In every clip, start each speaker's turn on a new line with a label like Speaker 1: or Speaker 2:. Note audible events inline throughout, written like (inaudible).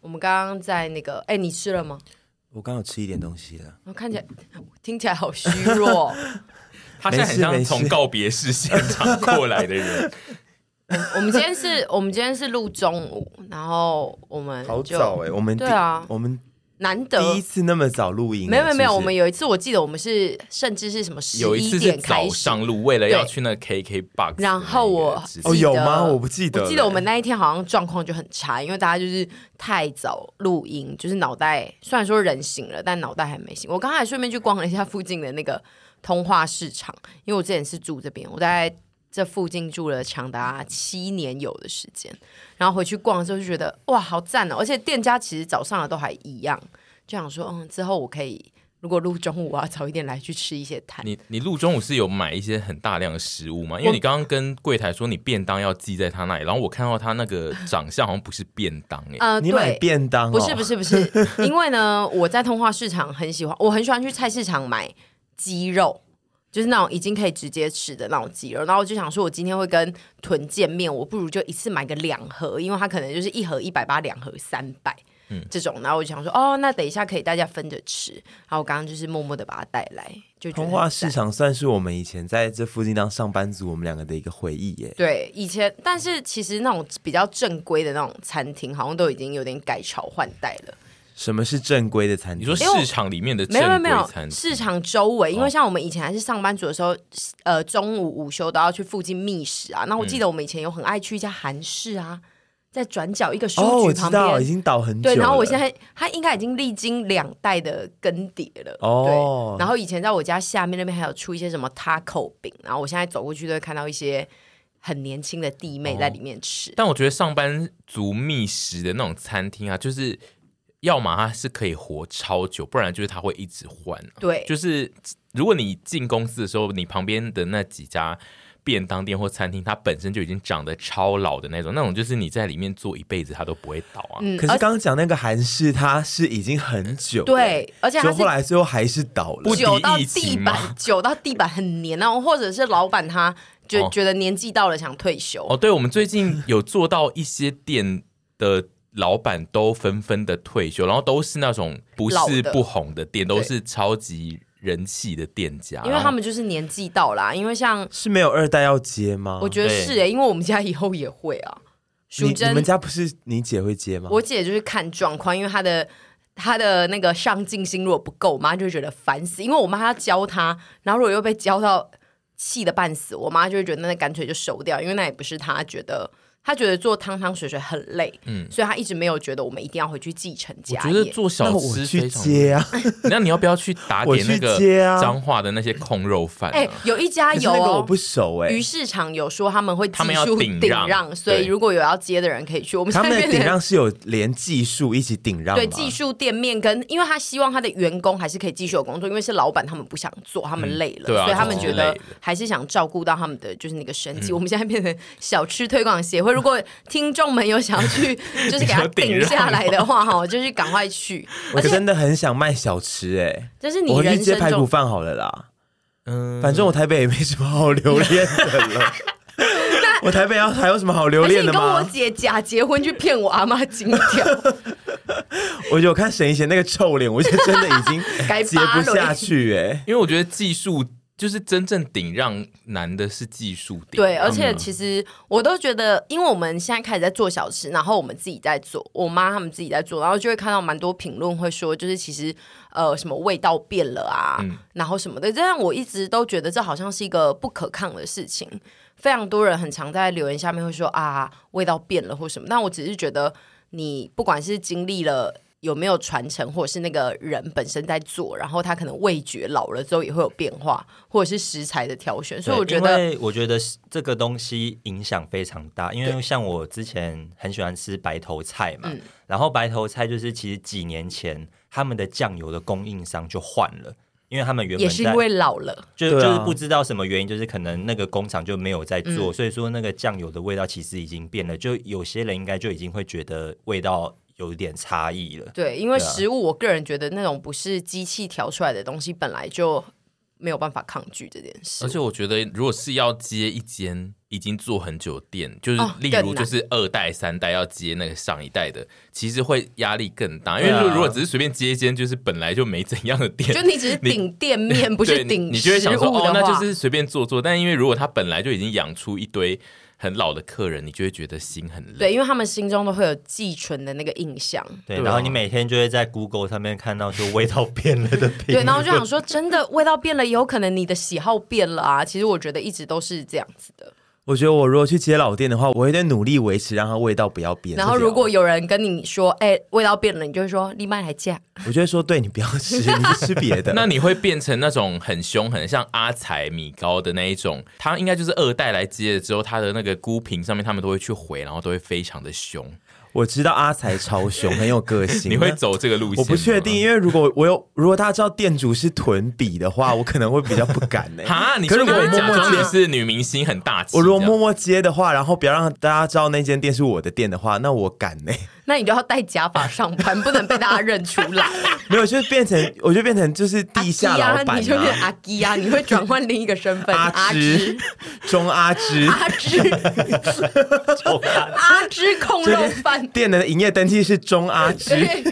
Speaker 1: 我们刚刚在那个，哎，你吃了吗？
Speaker 2: 我刚有吃一点东西了，
Speaker 1: 我看起来，听起来好虚
Speaker 2: (laughs)
Speaker 1: 弱。
Speaker 3: 他现在很
Speaker 2: 没
Speaker 3: 像
Speaker 2: 事
Speaker 3: 从告别式现场过来的人，
Speaker 1: 我们今天是，我们今天是录中午，然后我们
Speaker 2: 好
Speaker 1: 就
Speaker 2: 早哎、我们第
Speaker 1: 对啊
Speaker 2: 我们
Speaker 1: 难得
Speaker 2: 第一次那么早录音欸，
Speaker 1: 没有没有没有，
Speaker 2: 是
Speaker 1: 我
Speaker 2: 不是
Speaker 1: 们有一次我记得我们是甚至是什么 (laughs) 十
Speaker 3: 有一次是
Speaker 1: 点开
Speaker 3: 早
Speaker 1: 始，
Speaker 3: 上录，为了要
Speaker 1: 对
Speaker 3: 去那 KK box，
Speaker 1: 然后我
Speaker 2: 哦
Speaker 1: 记
Speaker 2: 有
Speaker 1: 得
Speaker 2: 吗？我不记得了，
Speaker 1: 我记得我们那一天好像状况就很差，因为大家就是太早录音，就是脑袋虽然说人醒了，但脑袋还没醒。我刚才顺便去逛了一下附近的那个通化市场，因为我之前是住这边，我大概这附近住了长达七年有的时间。然后回去逛的时候就觉得哇，好赞哦！而且店家其实早上的都还一样，就想说嗯，之后我可以如果录中午啊，早一点来去吃一些摊。
Speaker 3: 你你录中午是有买一些很大量的食物吗？因为你刚刚跟柜台说你便当要寄在他那里，然后我看到他那个长相好像不是便当哎、
Speaker 1: 呃，
Speaker 2: 你买
Speaker 1: 对。
Speaker 2: 便当、哦，
Speaker 1: 不是不是不
Speaker 2: (laughs)
Speaker 1: 是，因为呢，我在通化市场很喜欢，我很喜欢去菜市场买鸡肉，就是那种已经可以直接吃的那种鸡肉。然后我就想说，我今天会跟豚见面，我不如就一次买个两盒，因为它可能就是一盒一百八，两盒三百。
Speaker 2: 嗯
Speaker 1: 这种，然后我就想说，哦，那等一下可以大家分着吃。然后我刚刚就是默默的把它带来，就觉得
Speaker 2: 通
Speaker 1: 很
Speaker 2: 化
Speaker 1: 赞
Speaker 2: 市场算是我们以前在这附近当上班族，我们两个的一个回忆欸耶。
Speaker 1: 对，以前但是其实那种比较正规的那种餐厅，好像都已经有点改朝换代了。
Speaker 2: 什么是正规的餐
Speaker 3: 你
Speaker 2: 厅？
Speaker 3: 说市场里面的正
Speaker 1: 没有没有没
Speaker 3: 规
Speaker 1: 有
Speaker 3: 餐，
Speaker 1: 市场周围，因为
Speaker 3: 哦
Speaker 1: 像我们以前还是上班族的时候，呃，中午午休都要去附近觅食啊。那
Speaker 3: 嗯
Speaker 1: 我记得我们以前有很爱去一家韩式啊，在转角一个书
Speaker 2: 哦，我
Speaker 1: 局
Speaker 2: 知
Speaker 1: 旁
Speaker 2: 道，已
Speaker 1: 边。
Speaker 2: 经倒很久
Speaker 1: 对，
Speaker 2: 了。
Speaker 1: 然后我现在它应该已经历经两代的更迭了。
Speaker 2: 哦
Speaker 1: 对，然后以前在我家下面那边还有出一些什么 taco 饼，然后我现在走过去都会看到一些很年轻的弟
Speaker 3: 哦
Speaker 1: 妹在里面吃。
Speaker 3: 但我觉得上班族觅食的那种餐厅啊，就是要么它是可以活超久，不然就是它会一直换、啊。
Speaker 1: 对，
Speaker 3: 就是如果你进公司的时候，你旁边的那几家便当店或餐厅，它本身就已经长得超老的那种，那种就是你在里面坐一辈子它都不会倒啊。
Speaker 1: 嗯
Speaker 2: 可是
Speaker 1: 而
Speaker 2: 刚刚讲那个韩式，它是已经很久了，
Speaker 1: 对，而且它
Speaker 2: 就是后来最后还是倒了
Speaker 3: 不。
Speaker 1: 久
Speaker 3: 敌
Speaker 1: 到
Speaker 3: 疫
Speaker 1: 地
Speaker 3: 情
Speaker 1: 板
Speaker 3: 吗，
Speaker 1: 久到地板很黏啊，或者是老板他就
Speaker 3: 哦
Speaker 1: 觉得年纪到了想退休。
Speaker 3: 哦，对，我们最近有做到一些店的老板都纷纷的退休，然后都是那种不
Speaker 1: 老
Speaker 3: 是
Speaker 1: 的
Speaker 3: 不红的店，
Speaker 1: 对
Speaker 3: 都是超级人气的店家，
Speaker 1: 因为他们就是年纪到啦、因为像
Speaker 2: 是没有二代要接吗？
Speaker 1: 我觉得
Speaker 3: 对
Speaker 1: 是欸耶、因为我们家以后也会啊。淑
Speaker 2: 你你
Speaker 1: 珍
Speaker 2: 们，家不是你姐会接吗？
Speaker 1: 我姐就是看状况，因为她的她的那个上进心如果不够，我妈就会觉得烦死。因为我妈要教她，然后如果又被教到气的半死，我妈就会觉得那干脆就收掉，因为那也不是她觉得。她觉得做汤汤水水很累，嗯，所以她一直没有觉得我们一定要回去继承
Speaker 3: 我
Speaker 1: 家
Speaker 3: 觉
Speaker 1: 业。
Speaker 3: 得做
Speaker 2: 那
Speaker 3: 小
Speaker 2: 我
Speaker 3: 吃
Speaker 2: 去
Speaker 3: 非常，
Speaker 2: 接啊，
Speaker 3: (laughs) 那你要不要去打
Speaker 2: 我
Speaker 3: 点那
Speaker 2: 去
Speaker 3: 个
Speaker 2: 接啊
Speaker 3: 彰化的那些控肉饭、啊？
Speaker 1: 哎、有一家
Speaker 2: 可是
Speaker 1: 有、
Speaker 2: 那个我
Speaker 1: 哦
Speaker 2: 不，熟哎、
Speaker 1: 鱼市场有说他们会技
Speaker 3: 他们要
Speaker 1: 术
Speaker 3: 顶
Speaker 1: 顶
Speaker 3: 让
Speaker 1: 让，所以
Speaker 3: 对
Speaker 1: 如果有要接的人可以去。我们
Speaker 2: (laughs) 他
Speaker 1: 现
Speaker 2: 们
Speaker 1: 在
Speaker 2: 的
Speaker 1: 变
Speaker 2: 顶
Speaker 1: 成
Speaker 2: 让是有连技术一起顶让吗，
Speaker 1: 对技术店面跟，因为他希望他的员工还是可以继续有工作，因为是老板他们不想做，他们累了，
Speaker 3: 对啊
Speaker 1: 所以他们
Speaker 3: 就是
Speaker 1: 觉得
Speaker 3: 累了
Speaker 1: 还是想照顾到他们的就是那个生计。我们现在变成小吃推广协会，如果听众们有想要去 (laughs) 就是给他
Speaker 3: 你说顶
Speaker 1: 顶
Speaker 3: 让
Speaker 1: 下来
Speaker 3: 吗
Speaker 1: 的话，哈，就是赶快去。
Speaker 2: 我真的很想卖小吃哎、
Speaker 1: 这是你
Speaker 2: 我回去
Speaker 1: 人
Speaker 2: 接
Speaker 1: 生
Speaker 2: 排骨
Speaker 1: 中
Speaker 2: 饭好了啦，
Speaker 3: 嗯，
Speaker 2: 反正我台北也没什么好留恋的
Speaker 1: (laughs)
Speaker 2: 了。我台北要还有什么好留
Speaker 1: 而且
Speaker 2: 恋
Speaker 1: 你
Speaker 2: 的
Speaker 1: 跟我
Speaker 2: 吗？
Speaker 1: 姐假结婚去骗我阿妈金条，
Speaker 2: 我觉得我看沈一贤那个臭脸，我就真的已经
Speaker 1: (laughs) 该
Speaker 2: 接
Speaker 1: 扒
Speaker 2: 不
Speaker 1: 了
Speaker 2: 下去哎、
Speaker 3: 因为我觉得技术就是真正顶让难的是技术顶让，
Speaker 1: 对，啊
Speaker 4: 嗯
Speaker 1: 而且其实我都觉得，因为我们现在开始在做小吃，然后我们自己在做，我妈他们自己在做，然后就会看到蛮多评论会说，就是其实呃什么味道变了啊，
Speaker 4: 嗯
Speaker 1: 然后什么的。但我一直都觉得这好像是一个不可抗的事情，非常多人很常在留言下面会说啊味道变了或什么，但我只是觉得你不管是经历了。有没有传承，或者是那个人本身在做，然后他可能味觉老了之后也会有变化，或者是食材的挑选，所以我觉得
Speaker 4: 因为我觉得是这个东西影响非常大，因为像我之前很喜欢吃白头菜嘛，
Speaker 1: 嗯
Speaker 4: 然后白头菜就是其实几年前他们的酱油的供应商就换了。因为他们原本
Speaker 1: 也是因
Speaker 4: 在
Speaker 1: 为老了。
Speaker 4: 就
Speaker 2: 对啊
Speaker 4: 就是不知道什么原因，就是可能那个工厂就没有在
Speaker 1: 嗯
Speaker 4: 做，所以说那个酱油的味道其实已经变了。就有些人应该就已经会觉得味道有一点差异了。
Speaker 1: 对，因为
Speaker 4: 对啊
Speaker 1: 食物，我个人觉得那种不是机器调出来的东西，本来就没有办法抗拒这件事
Speaker 3: 而。且我觉得，如果是要接一间已经做很久的店，就是
Speaker 1: 哦
Speaker 3: 例
Speaker 1: 更
Speaker 3: 如
Speaker 1: 难
Speaker 3: 就是二代、三代要接那个上一代的，其实会压力更大。因
Speaker 2: 啊
Speaker 3: 为如果只是随便接一间，就是本来就没怎样的店，
Speaker 1: 就你只是顶店
Speaker 3: (laughs)
Speaker 1: 面，不
Speaker 3: 对
Speaker 1: 是顶
Speaker 3: 你你就会想说
Speaker 1: 食物
Speaker 3: 哦，
Speaker 1: 的
Speaker 3: 那
Speaker 1: 话
Speaker 3: 就是随便做做。但因为如果他本来就已经养出一堆很老的客人，你就会觉得心很累。
Speaker 1: 对，因为他们心中都会有寄存的那个印象。
Speaker 4: 对，
Speaker 3: 对啊
Speaker 4: 然后你每天就会在 Google 上面看到说味道变了的评
Speaker 1: 对，
Speaker 4: 论，
Speaker 1: 然后就想
Speaker 3: (laughs)
Speaker 1: 说，真的味道变了，也有可能你的喜好变了啊。其实我觉得一直都是这样子的。
Speaker 2: 我觉得我如果去接老店的话，我会在努力维持，让它味道不要变。
Speaker 1: 然后如
Speaker 3: 啊
Speaker 1: 果有人跟你说，哎、味道变了，你就会说立麦来价。
Speaker 2: 我就会说，对你不要吃，你去吃别的。
Speaker 3: (laughs) 那你会变成那种很凶、很像阿财米糕的那一种，他应该就是二代来接了之后，他的那个孤品上面他们都会去回，然后都会非常的凶。
Speaker 2: 我知道阿才超凶，很有个性。
Speaker 3: (laughs) 你会
Speaker 2: 那
Speaker 3: 走这个路线？
Speaker 2: 我不确定，。因为如果我有， (laughs) 如果大家知道店主是屯比的话，我可能会比较不敢
Speaker 1: (laughs)
Speaker 2: 呢、
Speaker 3: 哈，你
Speaker 2: 可是
Speaker 3: 说
Speaker 2: 我
Speaker 3: 你会
Speaker 2: 默
Speaker 3: 假
Speaker 2: 默
Speaker 3: 装你
Speaker 2: 接，
Speaker 3: 是女明星，很大气。
Speaker 2: 我如果
Speaker 3: 这样
Speaker 2: 默默接的话，然后不要让大家知道那间店是我的店的话，那我敢
Speaker 1: (laughs)
Speaker 2: 欸呢、
Speaker 1: 那你就要戴假发上班，不能被大家认出来。
Speaker 2: 没有，就是变成，我就变成就是地下老
Speaker 1: 阿基啊
Speaker 2: 板
Speaker 1: 你就变
Speaker 2: 啊，
Speaker 1: 阿基啊，你会转换另一个身份，阿
Speaker 2: 芝
Speaker 1: (laughs) 芝，
Speaker 2: 中阿芝。
Speaker 1: 阿芝，阿芝控肉饭。
Speaker 2: 店的营业登记是中阿
Speaker 1: (laughs)
Speaker 2: 芝，
Speaker 1: 对，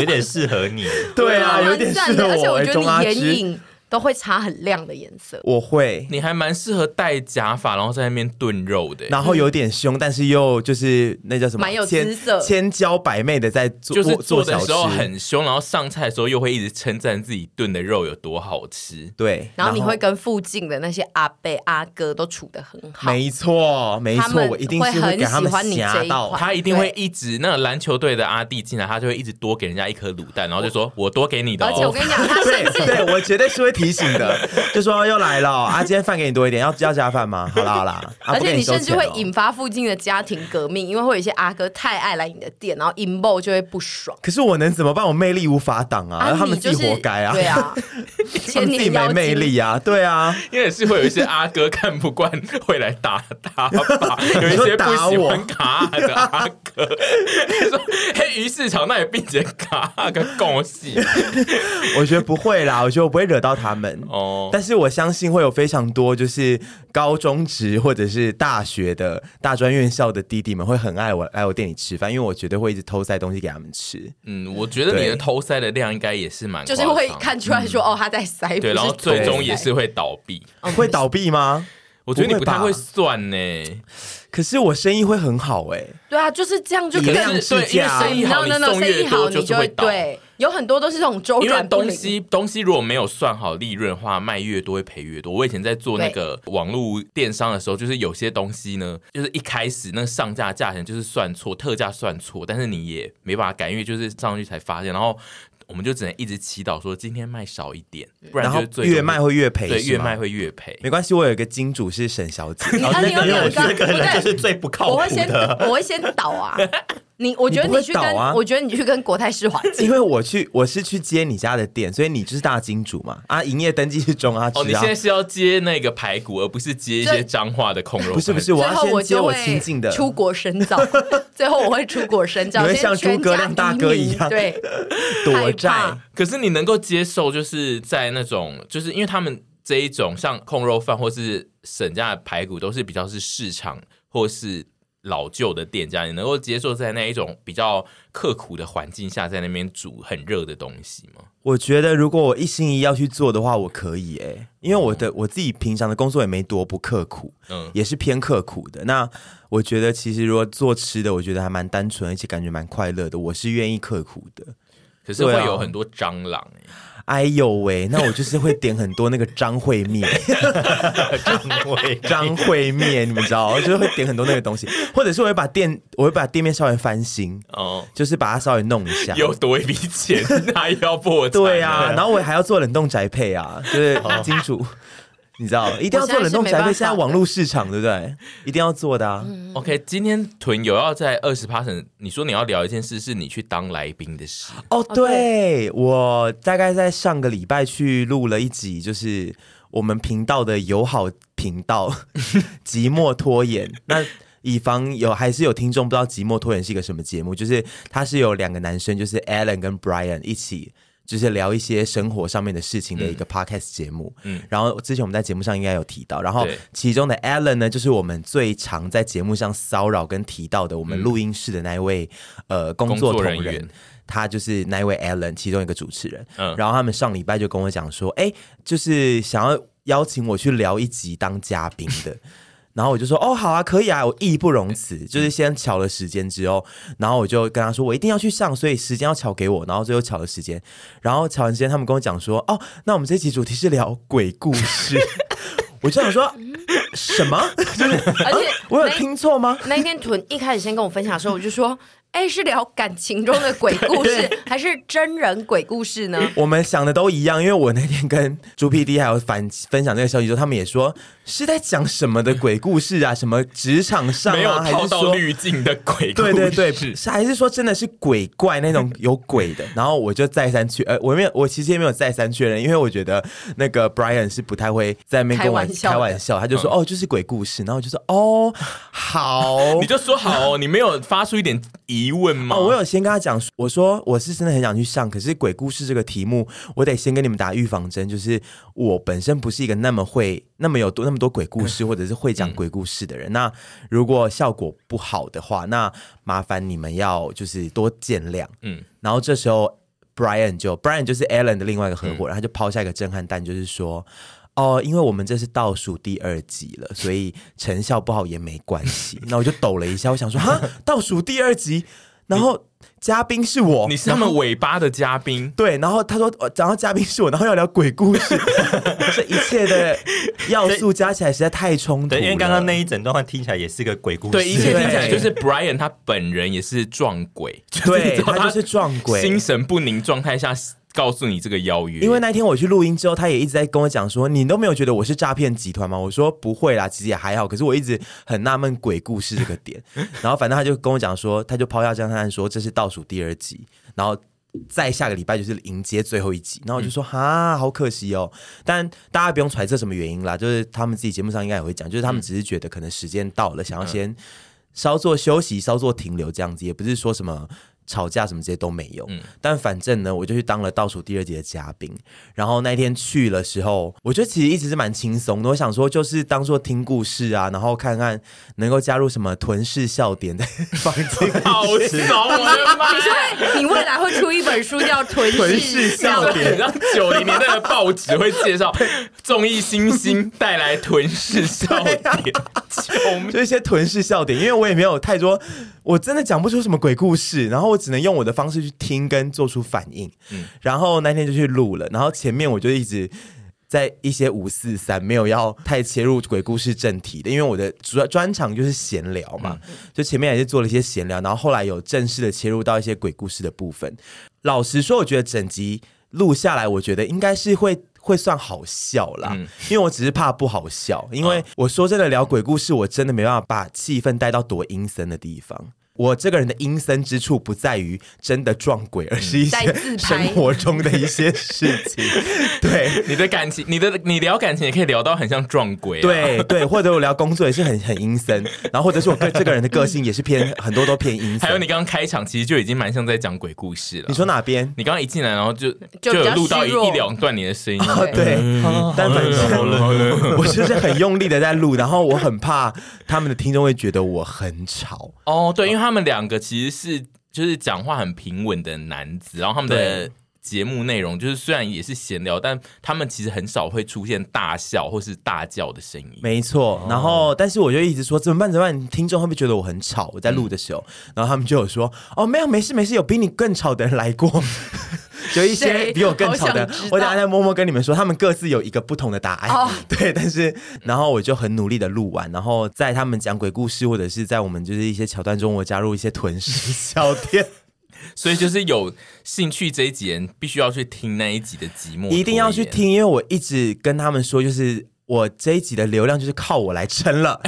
Speaker 4: 有点适合你。
Speaker 2: 对啊，有点适
Speaker 1: 蛮赞的
Speaker 2: 合
Speaker 1: 而且
Speaker 2: 我、
Speaker 1: 我
Speaker 2: 欸，
Speaker 1: 觉
Speaker 2: 中阿
Speaker 1: 得你眼
Speaker 2: 芝，
Speaker 1: 影嗯都会擦很亮的颜色。
Speaker 2: 我会，
Speaker 3: 你还蛮适合戴假发，然后在那边炖肉的。欸
Speaker 2: 然后有点凶，但是又就是那叫什么，
Speaker 1: 蛮有姿
Speaker 2: 千
Speaker 1: 色
Speaker 2: 千娇百媚的在做，
Speaker 3: 就是
Speaker 2: 做
Speaker 3: 做的
Speaker 2: 小
Speaker 3: 时候
Speaker 2: 吃
Speaker 3: 很凶，然后上菜的时候又会一直称赞自己炖的肉有多好吃。
Speaker 2: 对，
Speaker 1: 然后你会跟附近的那些阿伯阿哥都处得很好，
Speaker 2: 没错，没
Speaker 1: 他
Speaker 2: 错，
Speaker 1: 们
Speaker 2: 我一定是
Speaker 1: 会
Speaker 2: 给
Speaker 1: 很
Speaker 2: 他们
Speaker 1: 喜欢你
Speaker 2: 吓
Speaker 1: 这一
Speaker 2: 到
Speaker 1: 款。
Speaker 3: 他一定会一直那个篮球队的阿弟进来，他就会一直多给人家一颗卤蛋，然后就说我多给你的、哦。
Speaker 1: 而且我跟你讲，他
Speaker 2: (laughs) 对
Speaker 1: 甚至
Speaker 2: (laughs) 对，我绝对是会提醒的， (laughs) 就说又来了啊，今天饭给你多一点，要要加饭
Speaker 1: (laughs)
Speaker 2: 吗？好啦好啦，啊、
Speaker 1: 而
Speaker 2: 不
Speaker 1: 且
Speaker 2: 给
Speaker 1: 你
Speaker 2: 收
Speaker 1: 甚至
Speaker 2: 钱
Speaker 1: 会
Speaker 2: 哦
Speaker 1: 引发附近的家庭革命，因为会有一些阿哥太爱来你的店，然后 emo 就会不爽。
Speaker 2: 可是我能怎么办？我魅力无法挡啊，
Speaker 1: 啊，
Speaker 2: 他们
Speaker 1: 你
Speaker 2: 自
Speaker 1: 就
Speaker 2: 己
Speaker 1: 是
Speaker 2: 活该
Speaker 1: (laughs)
Speaker 2: 啊，
Speaker 1: 对啊，
Speaker 2: (laughs) 他
Speaker 1: 千
Speaker 2: 们自己
Speaker 1: 年
Speaker 2: 没
Speaker 1: 妖
Speaker 2: 魅
Speaker 1: 精。
Speaker 2: 力啊，对啊，
Speaker 3: 因为是会有一些阿哥看不惯，会来打打
Speaker 2: (laughs)
Speaker 3: 吧，有一些不喜欢卡的阿哥， (laughs) 说：“嘿，鱼市场那也并且卡个共戏
Speaker 2: 我觉得不会
Speaker 1: (laughs)
Speaker 2: 啦，我觉得我不会惹到他们。
Speaker 3: 哦。
Speaker 2: 但是我相信会有非常多，就是高中职或者是大学的大专院校的弟弟们会很爱我来我店里吃饭，因为我绝对会一直偷塞东西给他们吃。”
Speaker 3: 嗯，我觉得你的偷塞的量应该也是蛮
Speaker 1: 就
Speaker 3: 夸
Speaker 1: 是
Speaker 3: 张的，
Speaker 1: 会看出来说、哦，他在塞，不
Speaker 3: 对，
Speaker 1: 是
Speaker 3: 然后
Speaker 1: 偷塞
Speaker 3: 最终也是会倒闭。
Speaker 2: 嗯会倒闭吗？
Speaker 3: 我觉得你
Speaker 2: 不
Speaker 3: 不
Speaker 2: 会吧
Speaker 3: 太会算呢、
Speaker 2: 可是我生意会很好哎、
Speaker 1: 对啊，就是这样就
Speaker 2: 以
Speaker 1: 可
Speaker 2: 量
Speaker 1: 能
Speaker 2: 制价啊
Speaker 3: 对因为生意好
Speaker 1: 你 no, no,
Speaker 3: 啊你送越
Speaker 1: 生意好
Speaker 3: 多
Speaker 1: 你
Speaker 3: 就是
Speaker 1: 就
Speaker 3: 会
Speaker 1: 会
Speaker 3: 倒
Speaker 1: 对，有很多都是这种周
Speaker 3: 因为
Speaker 1: 转不
Speaker 3: 东
Speaker 1: 灵
Speaker 3: 西东西如果没有算好利润的话，卖越多会赔越多。我以前在做那个网络电商的时候，就是有些东西呢，就是一开始那上架价钱就是算错，特价算错，但是你也没办法改，因为就是上去才发现，然后我们就只能一直祈祷说今天卖少一点，不
Speaker 2: 然
Speaker 3: 然
Speaker 2: 后
Speaker 3: 就最
Speaker 2: 越卖会越赔，
Speaker 3: 对
Speaker 2: 是
Speaker 3: 越
Speaker 2: 吗
Speaker 3: 卖会越赔。
Speaker 2: 没关系。我有一个金主是沈小姐， (laughs)
Speaker 4: (laughs)
Speaker 1: 你啊，你有两个，不
Speaker 4: 人
Speaker 1: 对
Speaker 4: 就，是最不靠
Speaker 1: 我会
Speaker 4: 谱
Speaker 1: 先
Speaker 4: 的。，
Speaker 1: 我会先倒啊。你，我觉得
Speaker 2: 你不会
Speaker 1: 你去跟，
Speaker 2: 倒啊
Speaker 1: 我觉得你去跟国泰世华
Speaker 2: 因
Speaker 1: 借。
Speaker 2: 为我去我是去接你家的店，所以你就是大金主嘛。啊，营业登记是中阿芝
Speaker 3: 哦，你
Speaker 2: 啊
Speaker 3: 现，在是要接那个排骨，而不是接一些脏话的控肉饭。
Speaker 2: 不是不是，我
Speaker 1: 最后
Speaker 2: 要先接
Speaker 1: 就
Speaker 2: 我
Speaker 1: 会
Speaker 2: 亲近的。
Speaker 1: 出国深造， (laughs) 最后我会出国深造，
Speaker 2: 你会
Speaker 1: 先
Speaker 2: 像诸
Speaker 1: 全
Speaker 2: 葛
Speaker 1: 家
Speaker 2: 亮大
Speaker 1: 移
Speaker 2: 哥
Speaker 1: 民
Speaker 2: 一样
Speaker 1: 对，
Speaker 2: 躲
Speaker 1: 害
Speaker 2: 债
Speaker 1: 怕。
Speaker 3: 可是你能够接受，就是在那种，就是因为他们这一种像控肉饭或是沈家的排骨，都是比较是市场或是老旧的店家，你能够接受在那一种比较刻苦的环境下，在那边煮很热的东西吗？
Speaker 2: 我觉得如果我一心一意要去做的话，我可以诶、因为我的我自己平常的工作也没多不刻苦，
Speaker 3: 嗯
Speaker 2: 也是偏刻苦的。那我觉得其实如果做吃的，我觉得还蛮单纯，而且感觉蛮快乐的。我是愿意刻苦的。
Speaker 3: 可是会
Speaker 2: 对啊
Speaker 3: 有很多蟑螂、
Speaker 2: 哎呦喂，那我就是会点很多那个张惠妹， (laughs) 张惠妹，你们知道，就是会点很多那个东西， (laughs) 或者是我会把店，我会把店面稍微翻新，
Speaker 3: 哦，
Speaker 2: 就是把它稍微弄一下。
Speaker 3: 又哦多一笔钱，那又要破产。
Speaker 2: 对啊，，然后我还要做冷冻宅配啊，就是金主，你知道，一定要做冷冻宅配，
Speaker 1: 我现在是没办法的嗯
Speaker 2: 现在网络市场对不对？一定要做的啊。
Speaker 3: (laughs) OK，今天屯友要在二十 p a s 你说你要聊一件事，是你去当来宾的事。
Speaker 2: 哦，对，我大概在上个礼拜去录了一集，就是我们频道的友好频道 (laughs) 寂寞拖延。那以防有还是有听众不知道寂寞拖延是一个什么节目，就是它是有两个男生，就是 Alan 跟 Brian 一起。就是聊一些生活上面的事情的一个 podcast 节目。嗯，然后之前我们在节目上应该有提到，然后
Speaker 3: 对
Speaker 2: 其中的 Alan 呢，就是我们最常在节目上骚扰跟提到的我们录音室的那一位、呃工作同
Speaker 3: 工作人员
Speaker 2: 他就是那一位 Alan 其中一个主持人。
Speaker 3: 嗯
Speaker 2: 然后他们上礼拜就跟我讲说，哎，就是想要邀请我去聊一集当嘉宾的。 (laughs) 然后我就说哦，好啊，可以啊，我义不容
Speaker 3: 嗯
Speaker 2: 辞。就是先巧了时间之后，然后我就跟他说我一定要去上，所以时间要巧给我。然后最后巧了时间，然后巧完时间，他们跟我讲说哦，那我们这期主题是聊鬼故事。 (laughs) 我就想说什么？
Speaker 1: 而且
Speaker 2: 我有
Speaker 1: 那
Speaker 2: 听错吗？
Speaker 1: 那一天屯一开始先跟我分享的时候，我就说：“哎、是聊感情中的鬼故
Speaker 2: (laughs)
Speaker 1: 事，还是真人鬼故事呢？”
Speaker 2: 我们想的都一样，因为我那天跟朱 PD 还有反分享这个消息之后，他们也说是在讲什么的鬼故事啊，什么职场上
Speaker 3: 没有
Speaker 2: 啊，还
Speaker 3: 套
Speaker 2: 是
Speaker 3: 到
Speaker 2: 说
Speaker 3: 滤镜的鬼故
Speaker 2: 对
Speaker 3: 事，
Speaker 2: 对对，是还是说真的是鬼啊怪那种有鬼的？啊然后我就再三确，呃，我没有，我其实也没有再三确认，因为我觉得那个 Brian 是不太会在那边跟我
Speaker 1: 开玩笑的
Speaker 2: 开玩笑，他就说、哦，就是鬼故事，然后我就说哦，好，
Speaker 3: (laughs) 你就说好、哦，你没有发出一点疑问吗？
Speaker 2: 哦，我有先跟他讲，我说我是真的很想去上，可是鬼故事这个题目，我得先跟你们打预防针，就是我本身不是一个那么会、那么有多、那么多鬼故事，或者是会讲鬼故事的人。那如果效果不好的话，那麻烦你们要就是多见谅。
Speaker 3: 嗯
Speaker 2: 嗯，然后这时候 Brian 就 Brian 就是 Alan 的另外一个合
Speaker 4: 嗯
Speaker 2: 伙人，他就抛下一个震撼弹，就是说。哦，因为我们这是倒数第二集了，所以成效不好也没关
Speaker 4: (laughs)
Speaker 2: 系。那我就抖了一下，我想说，哈，倒数第二集，然后嘉宾是我，
Speaker 3: 你是他
Speaker 2: 然后
Speaker 3: 们尾巴的嘉宾，
Speaker 2: 对，然后他说，呃然后嘉宾是我，然后要聊鬼故
Speaker 4: (laughs)
Speaker 2: 事，这一切的要素加起来实在太冲突了。
Speaker 4: 对，因为刚刚那一整段话听起来也是个鬼故事，
Speaker 3: 对，一切听起来
Speaker 2: 啊对
Speaker 3: 就是 Brian 他本人也是撞鬼，
Speaker 2: 对
Speaker 3: 就是
Speaker 2: 他就是撞鬼
Speaker 3: 心神不宁状态下告诉你这个邀约，
Speaker 2: 因为那天我去录音之后，他也一直在跟我讲说，你都没有觉得我是诈骗集团吗？我说不会啦，其实也还好。可是我一直很纳闷鬼故事这个点，然后反正他就跟我讲说，他就抛下张翰说这是倒数第二集，然后。再下个礼拜就是迎接最后一集，然后我就说哈、好可惜哦。但大家不用揣测什么原因啦，就是他们自己节目上应该也会讲，就是他们只是觉得可能时间到了，想要先稍作休息、稍作停留这样子，也不是说什么吵架什么这些都没有。但反正呢，我就去当了倒数第二集的嘉宾。然后那一天去的时候，我觉得其实一直是蛮轻松的。我想说，就是当做听故事啊，然后看看能够加入什么屯式笑点的放进去。
Speaker 3: 好怂，我的妈
Speaker 1: 你！说你未来会出一本书叫《屯
Speaker 2: 屯
Speaker 1: 氏
Speaker 2: 氏
Speaker 1: 笑
Speaker 3: (laughs)
Speaker 2: 笑点
Speaker 3: 然后九零年代的报纸会介绍综艺新星带来臀式笑点，
Speaker 2: 啊
Speaker 3: 救命！
Speaker 2: 就一些臀式笑点，因为我也没有太多，我真的讲不出什么鬼故事，然后我只能用我的方式去听跟做出反应。然后那天就去录了，然后前面我就一直。在一些五四三没有要太切入鬼故事正题的，因为我的主要专长就是闲聊嘛，就前面也是做了一些闲聊，然后后来有正式的切入到一些鬼故事的部分。老实说，我觉得整集录下来，我觉得应该是会会算好笑啦，
Speaker 4: 嗯
Speaker 2: 因为我只是怕不好
Speaker 4: 哦
Speaker 2: 笑，因为我说真的聊鬼故事，我真的没办法把气氛带到多阴森的地方。我这个人的阴森之处不在于真的撞鬼，而是一
Speaker 1: 嗯在
Speaker 2: 些
Speaker 1: 自拍
Speaker 2: 生活中的一些事
Speaker 1: (laughs)
Speaker 2: 情。
Speaker 4: 哎
Speaker 2: 对，
Speaker 3: 你的感情，你的你聊感情也可以聊到很像撞鬼、啊，，
Speaker 2: 对对，或者我聊工作也是很很阴森，然后或者是我个这个人的个性也是偏很多都偏阴森。
Speaker 3: 还有你，刚刚开场其实就已经蛮像在讲鬼故事了。
Speaker 2: 你说哪边？
Speaker 3: 你刚刚一进来，然后就
Speaker 1: 就比较
Speaker 3: 有录到一
Speaker 1: 虚弱
Speaker 3: 一两段你的声音，
Speaker 2: 哦，对，但反
Speaker 4: 嗯好
Speaker 2: 正
Speaker 4: 了好了，
Speaker 2: 我就是很用力的在录，然后我很怕他们的听众会觉得我很吵。
Speaker 3: 哦，对，因为他们两个其实是就是讲话很平稳的男子，然后他们的节目内容就是虽然也是闲聊，但他们其实很少会出现大笑或是大叫的声音。
Speaker 2: 没错，
Speaker 1: 哦
Speaker 2: 然后但是我就一直说怎么办怎么办，听众会不会觉得我很吵？我在录的时候，然后他们就有说
Speaker 1: 嗯
Speaker 2: 哦没有没事没事，有比你更吵的人来
Speaker 1: (laughs)
Speaker 2: 过。有一些
Speaker 1: 谁
Speaker 2: 比我更吵
Speaker 1: 好
Speaker 2: 的
Speaker 1: 想知道，
Speaker 2: 我等下再默默跟你们说，他们各自有一个不同的答案。
Speaker 1: 哦
Speaker 2: 对，但是然后我就很努力的录完，然后在他们讲鬼故事或者是在我们就是一些桥段中，我加入一些臀式
Speaker 1: (laughs)
Speaker 2: 笑点。
Speaker 3: 所以就是有兴趣这一集人必须要去听那一集的节目，
Speaker 2: 一定要去。听，因为我一直跟他们说，就是我这一集的流量就是靠我来撑了，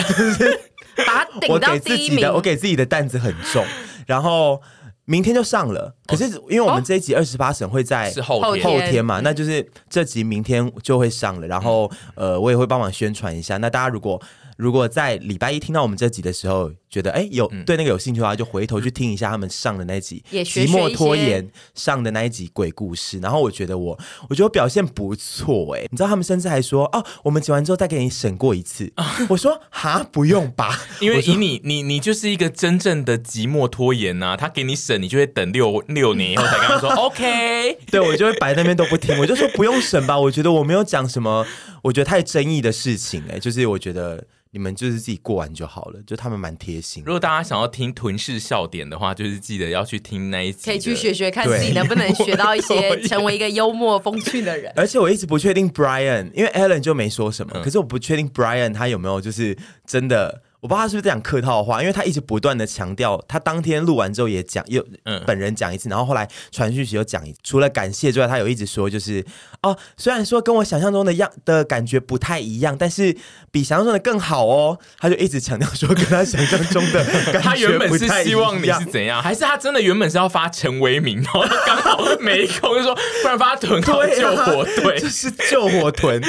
Speaker 1: 把它顶
Speaker 2: 我
Speaker 1: 到
Speaker 2: 给
Speaker 1: 第
Speaker 2: 自
Speaker 1: 一
Speaker 2: 己
Speaker 1: 名
Speaker 2: 的。我给自己的担子很
Speaker 1: (laughs)
Speaker 2: 重，然后明天就上了。可是因为
Speaker 1: 哦
Speaker 2: 我们这一集二十八省会在
Speaker 3: 哦是后
Speaker 1: 后
Speaker 3: 天
Speaker 1: 天
Speaker 2: 后天
Speaker 1: 嗯
Speaker 2: 嘛，那
Speaker 3: 嗯
Speaker 2: 就是这集明天就会上了，然后呃，我也会帮忙宣传一下。那大家如果如果在礼拜一听到我们这集的时候，觉得哎有
Speaker 3: 嗯
Speaker 2: 对那个有兴趣的话，就回头去听一下他们上的那集
Speaker 1: 嗯也
Speaker 2: 《
Speaker 1: 学学
Speaker 2: 即
Speaker 1: 一
Speaker 2: 墨
Speaker 1: 些
Speaker 2: 拖延》上的那一集鬼故事。然后我觉得我，我觉得我表现不错哎、你知道他们甚至还说哦，我们剪完之后再给你审过一
Speaker 3: (laughs)
Speaker 2: 次。我说哈，不用吧，
Speaker 3: 因为以你你你就是一个真正的寂寞拖延呐、他给你审，你就会等六六年以后才跟他说 OK。
Speaker 2: 对我就会摆在那边都不听，我就说不用审吧。我觉得我没有讲什么，我觉得太争议的事情哎、就是我觉得你们就是自己过完就好了，就他们蛮贴心的
Speaker 3: 如。果大家想要听屯式笑点的话，就是记得要去听那一集的，
Speaker 1: 可以去学学看
Speaker 2: 对
Speaker 1: 自己能不能学到一些成为一个幽默风趣的人。
Speaker 2: 而且我一直不确定 Brian，因为 Alan 就没说什么，
Speaker 3: 嗯
Speaker 2: 可是我不确定 Brian 他有没有就是真的，我不知道他是不是在讲客套话，因为他一直不断的强调，他当天录完之后也讲，又
Speaker 3: 嗯
Speaker 2: 本人讲一次，然后后来传讯息又讲一次，除了感谢之外，他有一直说就是哦，虽然说跟我想象中的样的感觉不太一样，但是比想象中的更好哦，他就一直强调说跟他想象中的感觉
Speaker 3: (laughs) 他原本
Speaker 2: 不
Speaker 3: 是
Speaker 2: 太
Speaker 3: 希望
Speaker 2: 一
Speaker 3: 你
Speaker 2: 样
Speaker 3: 是怎样， (laughs) 还是他真的原本是要发陈为民，然后刚好没空，就说不然发屯号
Speaker 2: 对
Speaker 3: 救
Speaker 2: 啊
Speaker 3: 火队
Speaker 2: (laughs) 就。是救火团。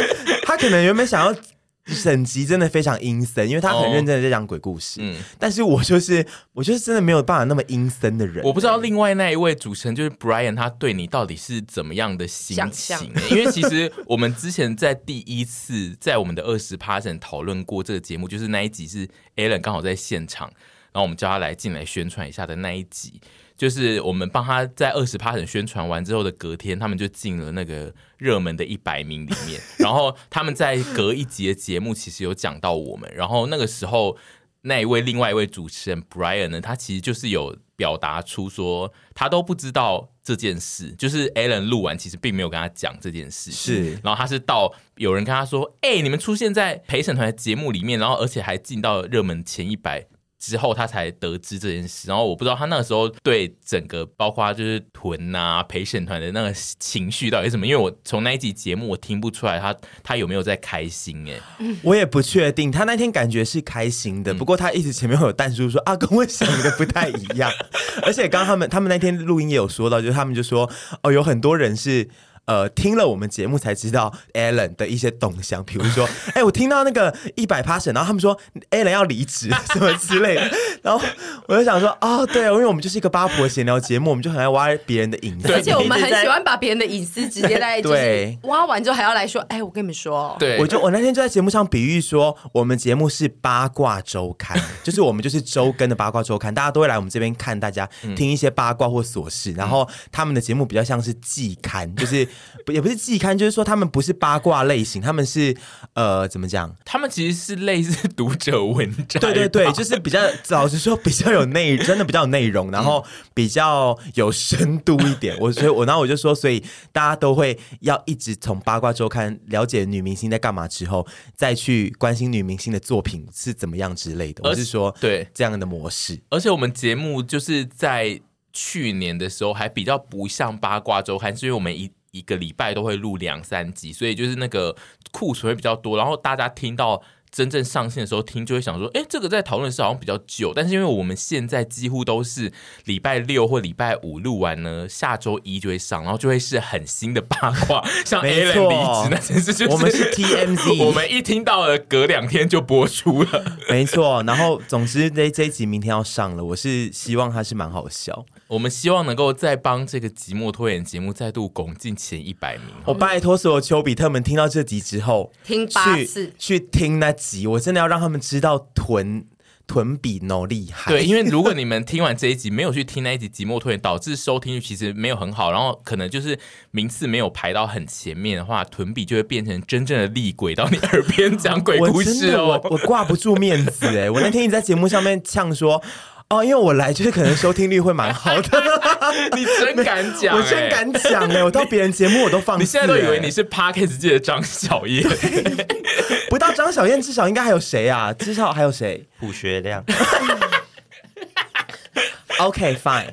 Speaker 2: 他可能原本想要省级真的非常阴森，因为他很认真的在讲鬼故事。
Speaker 3: 嗯
Speaker 2: 但是我就是我就是真的没有办法那么阴森的人。
Speaker 3: 我不知道另外那一位主持人就是 Brian，他对你到底是怎么样的心
Speaker 1: 想
Speaker 3: 情
Speaker 1: 象？
Speaker 3: 因为其实我们之前在第一次在我们的二十 p a s s 讨论过这个节目，就是那一集是 Alan 刚好在现场，然后我们叫他来进来宣传一下的那一集，就是我们帮他在二十 p a s s 宣传完之后的隔天，他们就进了那个热门的一百名里面，然后他们在隔一集的节目其实有讲到我们，然后那个时候。那一位另外一位主持人 Brian 呢，他其实就是有表达出说他都不知道这件事，就是 Alan 录完其实并没有跟他讲这件事，
Speaker 2: 是
Speaker 3: 然后他是到有人跟他说，哎、你们出现在陪审团的节目里面，然后而且还进到热门前一百。之后他才得知这件事，然后我不知道他那个时候对整个包括就是屯啊陪审团的那个情绪到底是什么，因为我从那一集节目我听不出来他他有没有在开心哎、
Speaker 2: (laughs) 我也不确定，他那天感觉是开心
Speaker 1: 嗯
Speaker 2: 的，不过他一直前面会有淡叔说啊，跟我想的不太一样。
Speaker 1: (laughs)
Speaker 2: 而且刚刚他们他们那天录音也有说到，就是他们就说哦，有很多人是。呃，听了我们节目才知道 Alan 的一些动向，比如说，哎、我听到那个一百 p a s s 然后他们说 Alan 要离职什么之类的， (laughs) 然后我就想说，哦，对，因为我们就是一个八婆闲聊节目，我们就很爱挖别人的隐私，
Speaker 3: 对
Speaker 1: 而且我们
Speaker 2: 一
Speaker 1: 很
Speaker 2: 直在
Speaker 1: 喜欢把别人的隐私直接在就是
Speaker 2: 对
Speaker 1: 挖完之后还要来说，哎，我跟你们说哦，
Speaker 3: 对，
Speaker 2: 我就我那天就在节目上比喻说，我们节目是八卦周刊，就是我们就是周更的八卦周刊，大家都会来我们这边看大家听一些八卦或琐事，然后他们的节目比较像是季刊，就是不也不是季刊，就是说他们不是八卦类型，他们是呃怎么讲？
Speaker 3: 他们其实是类似读者文摘，
Speaker 2: 对对对，就是比较老实说比较有内，真的比较有内容，然后比较有深度一点。我所以我然后我就说，所以大家都会要一直从八卦周刊了解女明星在干嘛之后，再去关心女明星的作品是怎么样之类的。
Speaker 3: 而
Speaker 2: 我是说，
Speaker 3: 呃对
Speaker 2: 这样的模式。
Speaker 3: 而且我们节目就是在去年的时候还比较不像八卦周刊，是因为我们一一个礼拜都会录两三集，所以就是那个库存会比较多，然后大家听到。真正上线的时候听就会想说，哎、这个在讨论的时候好像比较久，但是因为我们现在几乎都是礼拜六或礼拜五录完呢，下周一就会上，然后就会是很新的八
Speaker 2: (laughs)
Speaker 3: 卦，像 a
Speaker 2: 没
Speaker 3: l a
Speaker 2: 错
Speaker 3: 离职那件事，就是
Speaker 2: 我们是
Speaker 3: (laughs)
Speaker 2: TMZ
Speaker 3: 我们一听到了，隔两天就播出了。
Speaker 2: 没错，然后总之这这一集明天要上了，我是希望它是蛮好笑。
Speaker 3: 我们希望能够再帮这个寂寞拖延节目再度拱进前一百名。
Speaker 2: 我拜托所有丘比特们听到这集之后，
Speaker 1: 听八次
Speaker 2: 去去听那集，我真的要让他们知道臀臀比 no 厉害。
Speaker 3: 对，因为如果你们听完这一集没有去听那一集寂寞拖延，导致收听率其实没有很好，然后可能就是名次没有排到很前面的话，臀比就会变成真正的厉鬼到你耳边讲鬼故 (laughs)
Speaker 2: 我真
Speaker 3: 事
Speaker 2: 的
Speaker 3: 哦
Speaker 2: 我。我挂不住面子
Speaker 3: (laughs)
Speaker 2: 哎、我那天一直在节目上面呛说。哦，因为我来就是可能收听率会蛮
Speaker 3: (laughs)
Speaker 2: 好的，
Speaker 3: 欸你真敢讲、
Speaker 2: 我真。敢讲哎、我到别人节目我都放肆欸、
Speaker 3: 你现在都以为你是 Parkes 界的张
Speaker 2: (laughs)
Speaker 3: 小燕，
Speaker 2: 不到张小燕，至少应该还有谁啊？至少还有谁
Speaker 4: 朴学亮，
Speaker 2: ？OK fine，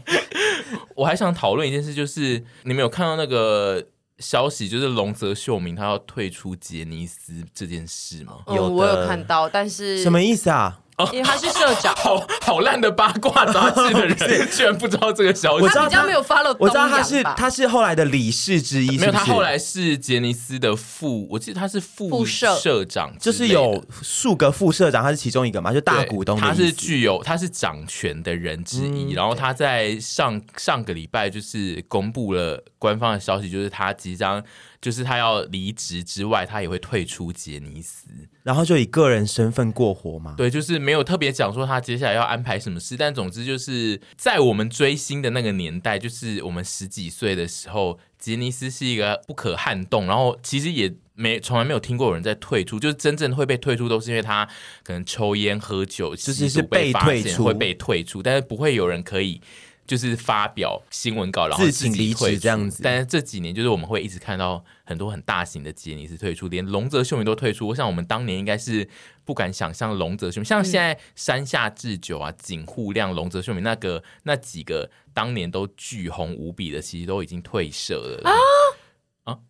Speaker 3: 我还想讨论一件事，就是你们有看到那个消息，就是龙泽秀明他要退出杰尼斯这件事吗？
Speaker 1: 嗯，
Speaker 4: 有的
Speaker 1: 我有看到，但是
Speaker 2: 什么意思啊？
Speaker 1: 因为他是社长，
Speaker 3: 好好烂的八卦杂志
Speaker 2: (laughs)
Speaker 3: 的人，居然不知道这个消息
Speaker 2: 我知。道
Speaker 1: 他比较
Speaker 2: 他
Speaker 1: 没有 follow
Speaker 2: 我知道他
Speaker 1: 东
Speaker 2: 是
Speaker 1: 洋吧
Speaker 2: 他是后来的理事之一，
Speaker 3: 没
Speaker 2: 是不
Speaker 3: 有，他
Speaker 2: 是
Speaker 3: 后来是杰尼斯的副，我记得他是副
Speaker 1: 副社
Speaker 3: 社长
Speaker 2: 就
Speaker 3: 之类的，
Speaker 2: 是有数个副社长，他是其中一个嘛，就大
Speaker 3: 对
Speaker 2: 股东的
Speaker 3: 他
Speaker 2: 意思嗯
Speaker 3: 是具有他是掌权的人之一。然后他在上上个礼拜就是公布了官方的消息，就是他即将就是他要离职之外，他也会退出杰尼斯。
Speaker 2: 然后就以个人身份过活嘛。
Speaker 3: 对，就是没有特别讲说他接下来要安排什么事，但总之就是在我们追星的那个年代，就是我们十几岁的时候，杰尼斯是一个不可撼动，然后其实也。没，从来没有听过有人在退出，就是真正会被退出，都是因为他可能抽烟、喝酒，就是
Speaker 2: 是被
Speaker 3: 被发
Speaker 2: 退
Speaker 3: 现
Speaker 2: 出
Speaker 3: 会被退出，但是不会有人可以就是发表新闻稿，然后
Speaker 2: 自
Speaker 3: 己
Speaker 2: 请离职
Speaker 3: 退出
Speaker 2: 这样子
Speaker 3: 但是这几年就是我们会一直看到很多很大型的杰尼斯退出，连龙泽秀明都退出。我想我们当年应该是不敢想象龙泽秀明，
Speaker 2: 嗯
Speaker 3: 像现在山下智久啊、井户亮、龙泽秀明那个那几个当年都巨红无比的，其实都已经退社
Speaker 1: 哦
Speaker 3: 了。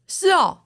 Speaker 1: 是哦，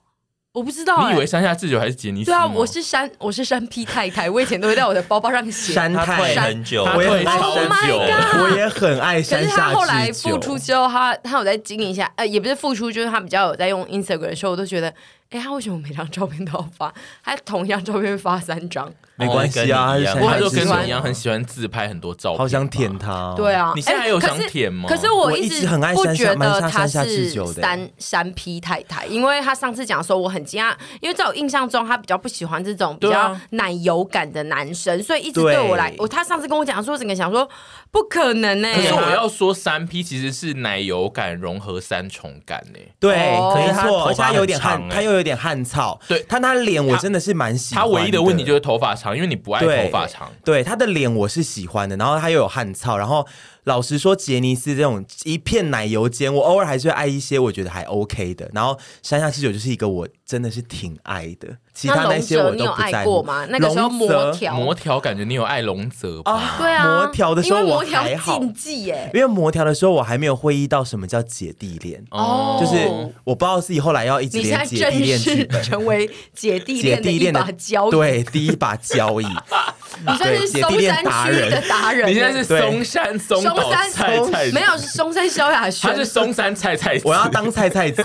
Speaker 1: 我不知道、欸，
Speaker 3: 你以为山下智久还是杰尼斯
Speaker 1: 对
Speaker 3: 吗？
Speaker 1: 啊，我是山，我是山 P 太太，我以前都会在我的包包上写。
Speaker 2: 山
Speaker 4: 他退
Speaker 2: 太，
Speaker 4: 很久，
Speaker 3: 他
Speaker 2: 我也
Speaker 3: 退
Speaker 2: 很爱
Speaker 3: 超
Speaker 1: Oh
Speaker 2: 山
Speaker 1: my
Speaker 2: 久，
Speaker 3: 久
Speaker 1: god
Speaker 2: 我也很爱
Speaker 1: 可
Speaker 2: 山
Speaker 1: 是
Speaker 2: 下
Speaker 1: 他
Speaker 2: 智久。
Speaker 1: 后来复出之后，他他有在经营一下，呃，也不是复出，就是他比较有在用 Instagram 的时候，我都觉得，哎、他为什么每张照片都要发？他同一张照片会发三张？
Speaker 2: 没关系啊，
Speaker 4: 哦
Speaker 2: 他是
Speaker 4: 我
Speaker 3: 他
Speaker 2: 山下
Speaker 3: 就跟
Speaker 2: 智久
Speaker 3: 你一样，很喜欢自拍很多照片，
Speaker 2: 好想舔。他哦。
Speaker 1: 对啊，
Speaker 3: 你现在
Speaker 1: 哎
Speaker 3: 还有
Speaker 1: 可
Speaker 3: 想
Speaker 1: 是
Speaker 3: 舔吗
Speaker 1: 可是
Speaker 2: 我
Speaker 1: 我
Speaker 2: 一
Speaker 1: 一
Speaker 2: 直
Speaker 1: 直
Speaker 2: 很爱
Speaker 1: 不
Speaker 2: 山下
Speaker 1: 觉
Speaker 2: 蛮
Speaker 1: 得
Speaker 2: 像
Speaker 1: 他
Speaker 2: 山下智
Speaker 1: 是
Speaker 2: 久的
Speaker 1: 三三 P 太太，因为他上次讲的时候我很惊讶，因为在我印象中他比较不喜欢这种比
Speaker 3: 对
Speaker 1: 较
Speaker 3: 啊
Speaker 1: 奶油感的男生，所以一直
Speaker 2: 对
Speaker 1: 对我来，我他上次跟我讲说，我整个想说不可能欸呢、
Speaker 3: 可是我要说，三 P 其实是奶油感融合三重感欸呢、
Speaker 2: 对，
Speaker 1: 哦
Speaker 2: 可是他
Speaker 4: 可
Speaker 2: 而
Speaker 4: 是他
Speaker 2: 且他有点
Speaker 4: 头发很
Speaker 2: 汗，
Speaker 4: 长
Speaker 2: 他又有点汗草。
Speaker 3: 欸对
Speaker 2: 他那脸我真的是蛮喜欢
Speaker 3: 他唯一的
Speaker 2: 的
Speaker 3: 问题就是是头发长，因为你不爱
Speaker 2: 对
Speaker 3: 头发长。
Speaker 2: 对他的脸我是喜欢的，然后他又有汗草，然后老实说，杰尼斯这种一片奶油间，我偶尔还是会爱一些，我觉得还 OK 的。然后山下智久就是一个我真的是挺爱的，其他
Speaker 1: 那龙
Speaker 2: 些我
Speaker 1: 泽
Speaker 2: 都
Speaker 1: 你有
Speaker 2: 不在
Speaker 1: 爱
Speaker 2: 乎。
Speaker 1: 过吗？那个时候
Speaker 2: 龙泽
Speaker 1: 魔条，
Speaker 3: 魔条感觉你有爱龙泽吧？
Speaker 2: 啊
Speaker 1: 对啊，
Speaker 2: 魔条的时候
Speaker 1: 因为
Speaker 2: 我
Speaker 1: 魔条
Speaker 2: 还好
Speaker 1: 禁忌耶、
Speaker 2: 因为魔条的时候我还没有会意到什么叫姐弟恋，
Speaker 1: 哦
Speaker 2: 就是我不知道自己后来要一直
Speaker 1: 你现
Speaker 2: 连
Speaker 1: 在
Speaker 2: 姐
Speaker 1: 正
Speaker 2: 弟恋剧
Speaker 1: 式
Speaker 2: 本。
Speaker 1: 成为姐弟
Speaker 2: 姐
Speaker 1: 恋的
Speaker 2: (laughs) 弟
Speaker 1: 一
Speaker 2: 恋
Speaker 1: 把交椅，
Speaker 2: 对，第一把交椅，
Speaker 1: 你算是
Speaker 2: 对姐弟
Speaker 1: 松
Speaker 2: 恋
Speaker 1: 山
Speaker 2: 达人
Speaker 1: 区的达人
Speaker 3: 你
Speaker 1: 耶、
Speaker 3: 现在是
Speaker 2: 对
Speaker 3: 松山松岛
Speaker 1: 松山
Speaker 3: 菜菜，
Speaker 1: 没有，是松山萧亚轩，
Speaker 3: 他是松山菜菜子，
Speaker 2: 我要当菜
Speaker 3: (laughs)
Speaker 2: 菜子。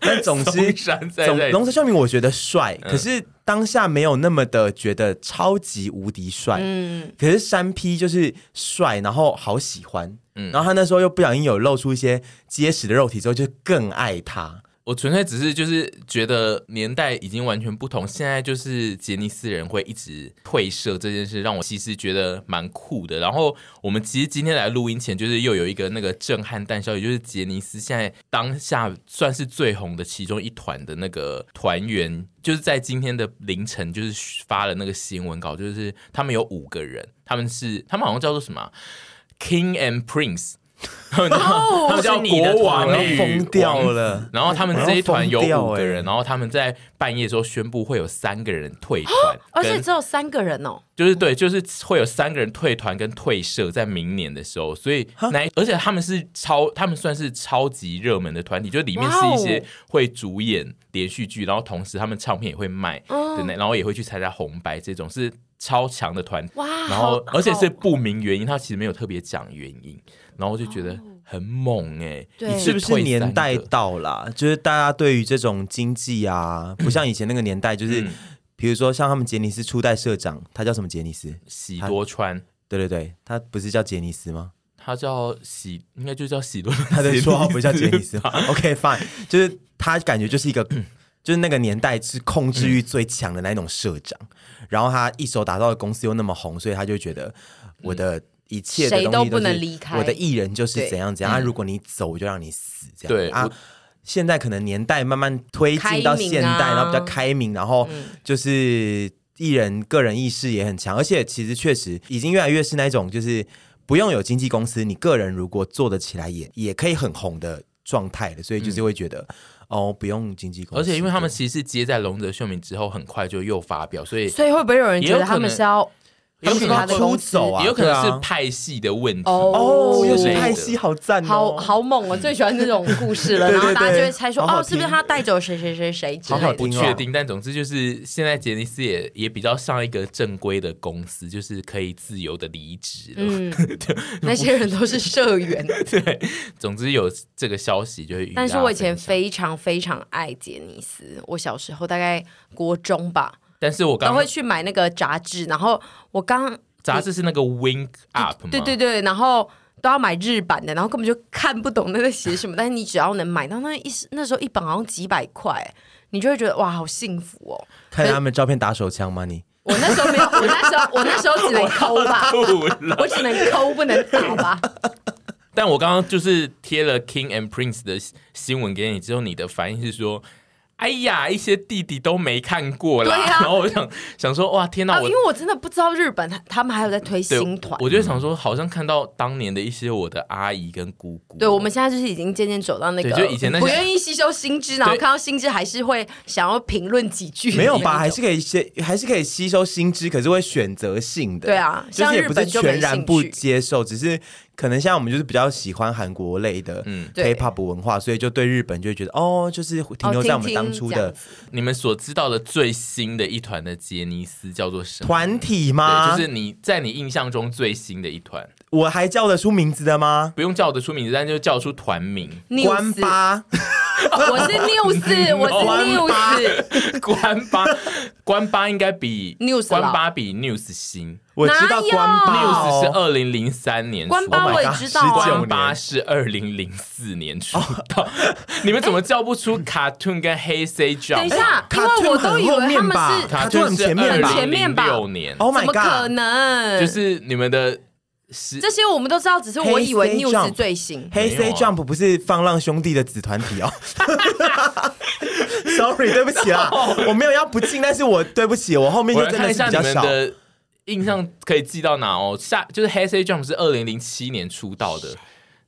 Speaker 2: 但总之
Speaker 3: 松，山菜
Speaker 2: 总
Speaker 3: 菜
Speaker 2: 龙
Speaker 3: 子。
Speaker 2: 泽秀明我觉得帅，
Speaker 3: 嗯
Speaker 2: 可是当下没有那么的觉得超级无敌帅。
Speaker 1: 嗯，
Speaker 2: 可是山 P 就是帅，然后好喜欢，
Speaker 3: 嗯
Speaker 2: 然后他那时候又不小心有露出一些结实的肉体之后，就更爱他。
Speaker 3: 我纯粹只是就是觉得年代已经完全不同，现在就是杰尼斯人会一直退社这件事，让我其实觉得蛮酷的。然后我们其实今天来录音前，就是又有一个那个震撼弹消息，就是杰尼斯现在当下算是最红的其中一团的那个团员，就是在今天的凌晨就是发了那个新闻稿，就是他们有五个人，他们是他们好像叫做什么啊、King and
Speaker 4: (laughs)
Speaker 3: Prince。他们叫他们叫
Speaker 4: 哦是你的
Speaker 3: 国王嗯
Speaker 2: 我要
Speaker 3: 与
Speaker 2: 疯掉
Speaker 3: 王子
Speaker 2: 了
Speaker 3: 然后他们这一团有
Speaker 2: 我要疯
Speaker 3: 五
Speaker 2: 掉
Speaker 3: 个
Speaker 2: 欸
Speaker 3: 人，然后他们在半夜的时候宣布会有三个人退团，
Speaker 1: 而且
Speaker 3: 跟
Speaker 1: 哦只有三个人哦，
Speaker 3: 就是对，就是会有三个人退团跟退社在明年的时候，所以那而且他们是超，他们算是超级热门的团体，就里面是一些
Speaker 1: 哇哦
Speaker 3: 会主演连续剧，然后同时他们唱片也会卖
Speaker 1: 哦
Speaker 3: 的那，然后也会去参加红白这种是。超强的团，
Speaker 1: 哇
Speaker 3: 然后
Speaker 1: 好
Speaker 3: 而且是不明原因，他其实没有特别讲原因，然后我就觉得很猛哎、
Speaker 1: 哦对
Speaker 3: 一次
Speaker 2: 是不是
Speaker 3: 退
Speaker 2: 年
Speaker 3: 三
Speaker 2: 代
Speaker 3: 个
Speaker 2: 到啦？就是大家对于这种经济啊，不像以前那个年代，就是
Speaker 3: 嗯
Speaker 2: 比如说像他们杰尼斯初代社长，他叫什么杰尼斯？
Speaker 3: 喜多川，
Speaker 2: 对对对，他不是叫杰尼斯吗？
Speaker 3: 他叫喜，应该就叫喜多，
Speaker 2: 他
Speaker 3: 他
Speaker 2: (laughs) 的绰号不叫杰尼
Speaker 3: (laughs)
Speaker 2: 斯吗？OK fine，就是他感觉就是一个， (clears throat) 就是那个年代是控制欲最强的那种社长，然后他一手打造的公司又那么红，所以他就觉得我的一切的
Speaker 1: 谁
Speaker 2: 东西
Speaker 1: 都不
Speaker 2: 是
Speaker 1: 能离开
Speaker 2: 我的艺人就是
Speaker 1: 对
Speaker 2: 怎样怎样。啊、如果你走，我就让你死，这样
Speaker 3: 对
Speaker 2: 啊
Speaker 3: 我。
Speaker 2: 现在可能年代慢慢推进到
Speaker 1: 开
Speaker 2: 现代，
Speaker 1: 明啊嗯
Speaker 2: 然后比较开明，然后就是艺人个人意识也很强，而且其实确实已经越来越是那种就是不用有经纪公司，你个人如果做得起来也也可以很红的状态的，所以
Speaker 1: 嗯
Speaker 2: 就是会觉得、哦不用经纪公司，
Speaker 3: 而且因为他们其实是接在龙泽秀明之后，很快就又发表，所以
Speaker 1: 所以会不会有人
Speaker 3: 也
Speaker 1: 觉
Speaker 3: 有
Speaker 1: 得
Speaker 3: 可
Speaker 1: 他们
Speaker 3: 能
Speaker 1: 是要有可能他的公司
Speaker 2: 出走啊
Speaker 3: 也有可
Speaker 2: 对
Speaker 3: 能是
Speaker 2: 啊
Speaker 3: 派系的问题。
Speaker 2: 哦，
Speaker 1: 哦
Speaker 2: 又
Speaker 3: 又
Speaker 2: 是
Speaker 3: 是
Speaker 2: 派
Speaker 3: 派
Speaker 2: 系，
Speaker 3: 系
Speaker 2: 好赞
Speaker 1: 好
Speaker 2: 哦，
Speaker 1: 好猛哦！最喜欢这种故事了，
Speaker 2: (laughs) 对
Speaker 1: 然
Speaker 2: 对
Speaker 1: 后大家
Speaker 2: 对
Speaker 1: 就会猜说，
Speaker 2: 好好
Speaker 1: 哦，是不是
Speaker 2: 听
Speaker 1: 他带走谁谁谁谁之
Speaker 2: 好好
Speaker 1: 类
Speaker 2: 听
Speaker 1: 的？
Speaker 2: 哦
Speaker 3: 确定，但总之就是现在杰尼斯也也比较像一个正规的公司，就是可以自由的离职了。
Speaker 1: 嗯，那些人都是社员，
Speaker 3: 对， (laughs) 总之有这个消息就会与大家
Speaker 1: 但
Speaker 3: 分
Speaker 1: 是
Speaker 3: 享。
Speaker 1: 我以前非常非常爱杰尼斯，我小时候大概国中吧，
Speaker 3: 但是我
Speaker 1: 都
Speaker 3: 刚嗯
Speaker 1: 会去买那个杂志，然后我刚
Speaker 3: 杂志是那个 Wink Up 吗？
Speaker 1: 对对对，然后都要买日版的，然后根本就看不懂那在写
Speaker 3: (laughs)
Speaker 1: 什么，但是你只要能买到那一那时候一本好像几百块，你就会觉得哇，好幸福哦！
Speaker 2: 看他们照片打手枪吗？你
Speaker 1: 我那时
Speaker 3: (laughs)
Speaker 1: 候没有，我那时候我那时候只能抠吧，
Speaker 3: 吐了。
Speaker 1: 我只能抠不能打
Speaker 3: (laughs)
Speaker 1: 吧。
Speaker 3: 但我刚刚就是贴了 King and Prince 的新闻给你之后，你的反应是说。哎呀，一些弟弟都没看过啦。
Speaker 1: 对啊
Speaker 3: 然后我想想说，哇，天哪！
Speaker 1: 啊，
Speaker 3: 我
Speaker 1: 因为我真的不知道日本他他们还有在推
Speaker 3: 对
Speaker 1: 新团。
Speaker 3: 我就想说，好像看到当年的一些我的阿姨跟姑姑。
Speaker 1: 对，我们现在就是已经渐渐走到那个，
Speaker 3: 对就以前那些
Speaker 1: 不愿意吸收新知，然后
Speaker 3: 对
Speaker 1: 看到新知还是会想要评论几句的那
Speaker 2: 没
Speaker 1: 种，
Speaker 2: 有吧？还是可以吸，还是可以吸收新知，可是会选择性的。
Speaker 1: 对啊
Speaker 2: 就是也
Speaker 1: 像日
Speaker 2: 不是
Speaker 1: 本就没
Speaker 2: 全然不
Speaker 1: 兴趣
Speaker 2: 接受，只是可能像我们就是比较喜欢韩国类的
Speaker 3: 嗯
Speaker 1: 对
Speaker 2: K-pop 文化，所以就对日本就会觉得哦，就是停留
Speaker 1: 哦
Speaker 2: 在我们
Speaker 1: 听听
Speaker 2: 当初
Speaker 1: 这
Speaker 2: 的
Speaker 1: 样子。
Speaker 3: 你们所知道的最新的一团的杰尼斯叫做什么？
Speaker 2: 团体吗？
Speaker 3: 对，就是你在你印象中最新的一团，
Speaker 2: 我还叫得出名字的吗？
Speaker 3: 不用叫得出名字，但就叫出团名
Speaker 1: news， (laughs)
Speaker 2: 关八，
Speaker 1: 我
Speaker 2: (laughs)
Speaker 1: 是 news，我是 news，
Speaker 3: 关八，关八应该比
Speaker 1: News
Speaker 3: 关
Speaker 1: 啦
Speaker 3: 八比 News 新
Speaker 2: 我知
Speaker 1: 哪
Speaker 2: 道
Speaker 1: 有
Speaker 2: 关八
Speaker 3: ，News 是
Speaker 2: 哦
Speaker 3: 二零零三年
Speaker 1: 关
Speaker 3: 出
Speaker 1: 八
Speaker 2: ，Oh
Speaker 3: 道
Speaker 1: 我也知道哦啊，
Speaker 2: 19
Speaker 3: 关八是二零零四年出道， (laughs) 你们怎么叫不出 Cartoon 跟 Hey Say Jump？
Speaker 1: 等一下因为
Speaker 2: 哎，Cartoon
Speaker 1: 我都以为
Speaker 2: 很后面吧
Speaker 1: 他们是
Speaker 2: Cartoon 很
Speaker 3: 是
Speaker 2: 前面
Speaker 1: 很
Speaker 2: 吧
Speaker 1: 前面吧哦
Speaker 3: 六年，
Speaker 2: ？Oh
Speaker 1: 怎
Speaker 2: my
Speaker 1: 么可
Speaker 2: god！
Speaker 1: 能？
Speaker 3: 就是你们的是
Speaker 1: 这些我们都知道，只是我以为
Speaker 2: Hey, say jump
Speaker 1: news 最新。
Speaker 2: 黑
Speaker 3: 没
Speaker 2: C
Speaker 3: 有啊
Speaker 2: Jump 不是放浪兄弟的子团体哦 (laughs) ，sorry，对不起啦，我没有要不敬，但是我对不起，我后面
Speaker 3: 我
Speaker 2: 就
Speaker 3: 来
Speaker 2: 真的
Speaker 3: 看一
Speaker 2: 是
Speaker 3: 下
Speaker 2: 比
Speaker 3: 你
Speaker 2: 较
Speaker 3: 们
Speaker 2: 少。
Speaker 3: 的印象可以记到哪哦。下就是 Hey Say Jump 是二零零七年出道的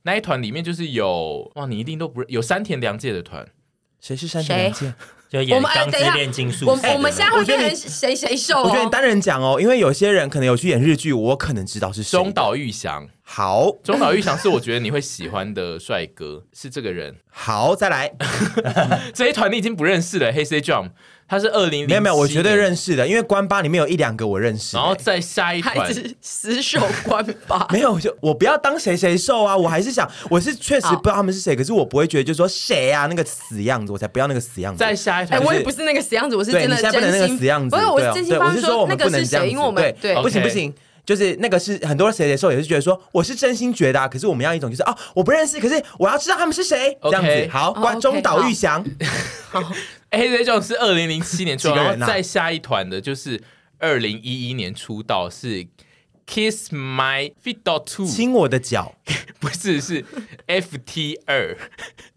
Speaker 3: 那一团里面，就是有哇，你一定都不认有山田凉介的团，
Speaker 2: 谁是山田凉介？
Speaker 4: 就
Speaker 1: 我
Speaker 4: 演
Speaker 1: 们哎
Speaker 4: 钢之
Speaker 1: 等一下
Speaker 4: 炼金术
Speaker 1: 我
Speaker 4: 士的
Speaker 1: 我们现在
Speaker 2: 我
Speaker 1: 会
Speaker 2: 觉得
Speaker 1: 变
Speaker 2: 你
Speaker 1: 成谁谁瘦
Speaker 2: 我觉得你
Speaker 1: 哦？
Speaker 2: 单人讲哦，因为有些人可能有去演日剧，我可能知道是谁。
Speaker 3: 中岛裕翔。
Speaker 2: 好
Speaker 3: 中岛裕翔是我觉得你会喜欢的帅哥，是这个人。
Speaker 2: 好再
Speaker 3: (laughs)
Speaker 2: 来，
Speaker 3: 这一团你已经不认识了，Hey Say Jump，他是二零零
Speaker 2: 没有没有，我绝对认
Speaker 3: 识。
Speaker 2: 识的，因为关八里面有一两个我认识。？
Speaker 3: 然后再下一团
Speaker 1: 还是死守关吧
Speaker 2: 没有，我就我不要当谁谁受啊！我还是想，我是确实
Speaker 1: 好
Speaker 2: 不知道他们是谁，可是我不会觉得就说谁啊那个死样子，我才不要那个死样子。
Speaker 3: 再下一
Speaker 1: 哎，
Speaker 3: 团
Speaker 1: 我也
Speaker 3: 是
Speaker 1: 不是那个死样子，我是
Speaker 2: 对
Speaker 1: 真的
Speaker 2: 你现在不能那
Speaker 1: 真
Speaker 2: 个
Speaker 1: 心
Speaker 2: 死样子，
Speaker 1: 不是我
Speaker 2: 对
Speaker 1: 是
Speaker 2: 哦
Speaker 1: 真心
Speaker 2: 对我
Speaker 1: 帮
Speaker 2: 是
Speaker 1: 他
Speaker 2: 说我
Speaker 1: 那
Speaker 2: 们不
Speaker 1: 个
Speaker 2: 能
Speaker 1: 是
Speaker 2: 这样
Speaker 1: 谁，
Speaker 2: 子，
Speaker 1: 因为我们
Speaker 2: 对，哦不行不行。就是那个是很多谁谁受也是觉得说我是真心觉得、啊，可是我们要一种就是哦我不认识，可是我要知道他们是谁这
Speaker 3: OK
Speaker 2: 样子。好，嗯
Speaker 1: 哦
Speaker 2: 关
Speaker 1: OK，
Speaker 2: 中岛
Speaker 1: 好
Speaker 2: 裕翔， (laughs)
Speaker 3: Hey Say Jump 是二零零七年出道，
Speaker 2: 几个人啊
Speaker 3: 然后再下一团的就是二零一一年出道是 Kiss My Feet Two。
Speaker 2: 亲我的脚
Speaker 3: 不是，是 F T 二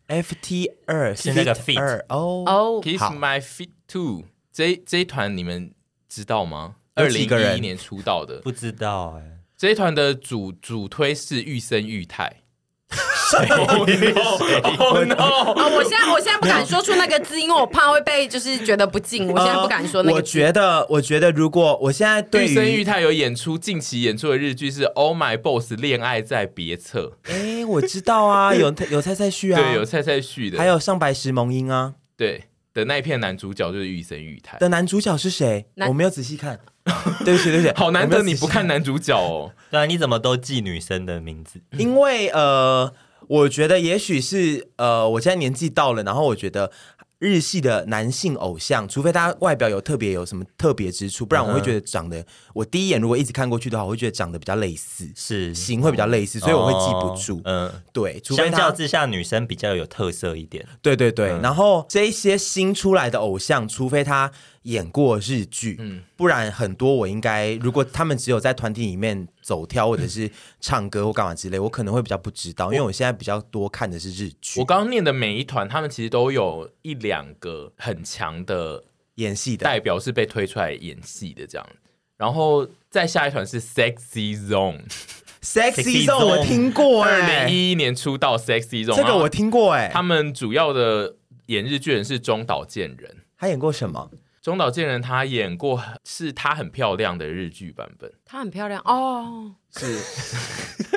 Speaker 2: ，F T 二
Speaker 4: 是那个 feet
Speaker 2: 二哦，
Speaker 1: 哦，
Speaker 3: ，Kiss
Speaker 2: 好
Speaker 3: My Feet Two 这这一团你们知道吗？二
Speaker 2: 有几
Speaker 3: 零
Speaker 2: 个人
Speaker 3: 一一年出道的
Speaker 4: 不知道哎、
Speaker 2: (laughs)
Speaker 3: 这一团的主主推是玉生
Speaker 2: (laughs)
Speaker 3: 玉太。Oh no！
Speaker 1: 哦，我现在我现在不敢说出那个字，因为我怕会被就是觉得不敬，我现在不敢说那
Speaker 2: 呃我
Speaker 1: 个字。
Speaker 2: 觉得，我觉得如果我现在对
Speaker 3: 玉生
Speaker 2: 于
Speaker 3: 玉太有演出，近期演出的日剧是《Oh My Boss》，恋爱在别册，
Speaker 2: 哎，我知道啊， (laughs) 有有蔡蔡旭啊，
Speaker 3: 对，有蔡蔡旭
Speaker 2: 还
Speaker 3: 的，
Speaker 2: 有上白石萌音啊
Speaker 3: 对的那一片男主角就是玉生玉太，
Speaker 2: 的男主角是谁？
Speaker 1: 男
Speaker 2: 我没有仔细看， (laughs) 对不起对不起，
Speaker 3: 好难
Speaker 2: 我
Speaker 3: 得
Speaker 2: 没有
Speaker 3: 你
Speaker 2: 仔细
Speaker 3: 不看男主角哦。
Speaker 4: (laughs) 对啊，你怎么都记女生的名字？
Speaker 2: 因为呃，我觉得也许是呃，我现在年纪到了，然后我觉得。日系的男性偶像，除非他外表有特别有什么特别之处，不然我
Speaker 4: 嗯
Speaker 2: 会觉得长得，我第一眼如果一直看过去的话，我会觉得长得比较类似，
Speaker 4: 是，
Speaker 2: 型会比较类似，所以我会记不住。
Speaker 4: 嗯、
Speaker 2: 对，除非
Speaker 4: 相
Speaker 2: 他，
Speaker 4: 较之下，女生比较有特色一点。
Speaker 2: 对对对。然后这一些新出来的偶像，除非他演过日剧，不然很多我应该，如果他们只有在团体里面走跳或者是唱歌或干嘛之类，我可能会比较不知道，因为我现在比较多看的是日剧。
Speaker 3: 我刚刚念的每一团，他们其实都有一两个很强的
Speaker 2: 演戏的
Speaker 3: 代表是被推出来演戏的这样。然后再下一团是 Sexy Zone，
Speaker 2: Sexy
Speaker 4: Sexy
Speaker 2: Zone，
Speaker 4: Zone
Speaker 2: 我听过
Speaker 3: 二
Speaker 2: 哎、
Speaker 3: 零一一年出道 Sexy Zone，啊
Speaker 2: 这个我听过哎、
Speaker 3: 然后他们主要的演日剧人是中岛健人，
Speaker 2: 他演过什么？
Speaker 3: 中岛健人他演过是她很漂亮的日剧版本，
Speaker 1: 她很漂亮哦，
Speaker 3: 是。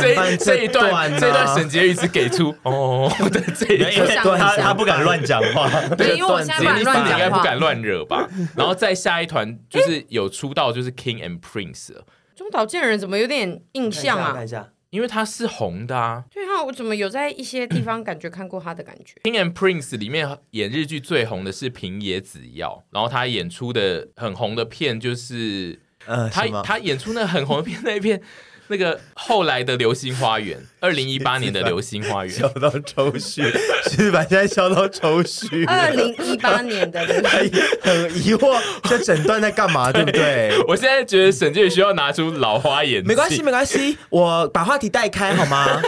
Speaker 3: 这一这一段
Speaker 2: 这段啊
Speaker 3: 这一段沈婕妤只给出哦的这一
Speaker 4: 因为
Speaker 3: 段，
Speaker 1: 想
Speaker 4: 啊他
Speaker 1: 想
Speaker 4: 他不敢乱讲
Speaker 1: (laughs)
Speaker 4: 话，
Speaker 1: 对，因为我现在不
Speaker 3: 杰
Speaker 1: 敢
Speaker 3: 尼斯
Speaker 1: 乱
Speaker 3: 你应该
Speaker 1: 讲
Speaker 3: 不
Speaker 1: 话。
Speaker 3: 敢乱惹吧？然后再下一团就是有出道就是 King and Prince，了
Speaker 1: 中岛健人怎么有点印象啊
Speaker 2: 看一？下，
Speaker 3: 因为他是红的啊。
Speaker 1: 对啊，我怎么有在一些地方感觉看过他的感
Speaker 2: (laughs)
Speaker 1: 觉？
Speaker 3: King and Prince 里面演日剧最红的是平野紫耀，然后他演出的很红的片就是
Speaker 2: 呃，
Speaker 3: 他
Speaker 2: 什么？
Speaker 3: 他演出那很红的片那一片，那个后来的《流星花园》，二零一八年的《流星花园》
Speaker 2: 笑到抽血，是吧？现在笑到抽血，
Speaker 1: 二零一八年的流行
Speaker 2: 很疑惑这整段在干嘛，对不对？
Speaker 3: (laughs) 我现在觉得沈俊需要拿出老花眼镜，
Speaker 2: 没关系，没关系，我把话题带开好吗？